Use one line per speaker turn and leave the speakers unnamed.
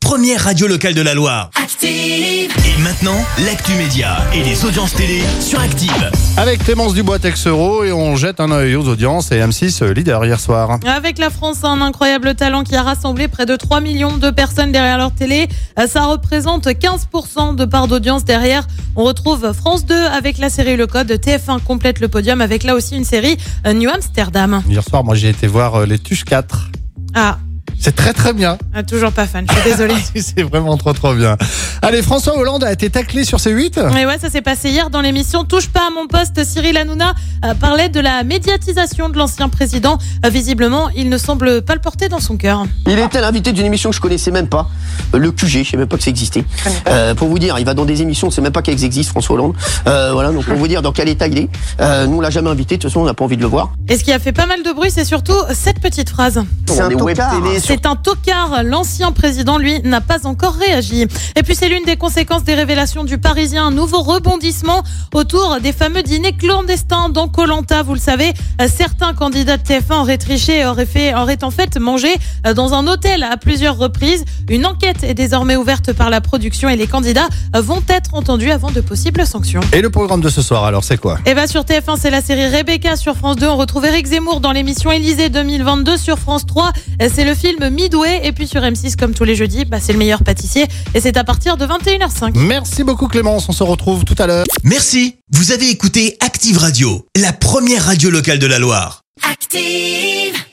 première radio locale de la Loire.
Active.
Et maintenant, l'actu média et les audiences télé sur Active.
Avec Clémence Dubois Texero et on jette un œil aux audiences et M6 leader hier soir.
Avec la France, un incroyable talent qui a rassemblé près de 3 millions de personnes derrière leur télé. Euh, Ça représente 15% de part d'audience derrière. On retrouve France 2 avec la série Le Code. TF1 complète le podium avec là aussi une série euh, New Amsterdam.
Hier soir, moi j'ai été voir euh, les Tuches 4.
Ah,
C'est très très bien.
euh, toujours pas fan, je suis désolée.
C'est vraiment trop trop bien. Allez, François Hollande a été taclé sur C8
Mais ouais, ça s'est passé hier dans l'émission Touche pas à mon poste. Cyril Hanouna euh, parlait de la médiatisation de l'ancien président. Euh, Visiblement, il ne semble pas le porter dans son cœur.
Il était l'invité d'une émission que je connaissais même pas, euh, le QG, je sais même pas que ça existait. Euh, pour vous dire, il va dans des émissions, on sait même pas qu'elles existent, François Hollande. Euh, voilà, donc pour vous dire dans quel état il est. Euh, nous on l'a jamais invité, de toute façon on n'a pas envie de le voir.
Et ce qui a fait pas mal de bruit, c'est surtout cette petite phrase.
C'est on est web télé, sur-
C'est un tocard. L'ancien président, lui, n'a pas encore réagi. Et puis, c'est l'une des conséquences des révélations du Parisien. Un nouveau rebondissement autour des fameux dîners clandestins dans Colanta. Vous le savez, euh, certains candidats de TF1 auraient triché, et auraient, fait, auraient en fait mangé euh, dans un hôtel à plusieurs reprises. Une enquête est désormais ouverte par la production et les candidats euh, vont être entendus avant de possibles sanctions.
Et le programme de ce soir alors, c'est quoi
Et bah sur TF1, c'est la série Rebecca. Sur France 2, on retrouve Eric Zemmour dans l'émission Élysée 2022. Sur France 3, euh, c'est le film Midway. Et puis sur M6, comme tous les jeudis, bah, c'est le meilleur pâtissier. Et c'est à partir de 21h05.
Merci beaucoup Clémence, on se retrouve tout à l'heure.
Merci, vous avez écouté Active Radio, la première radio locale de la Loire.
Active.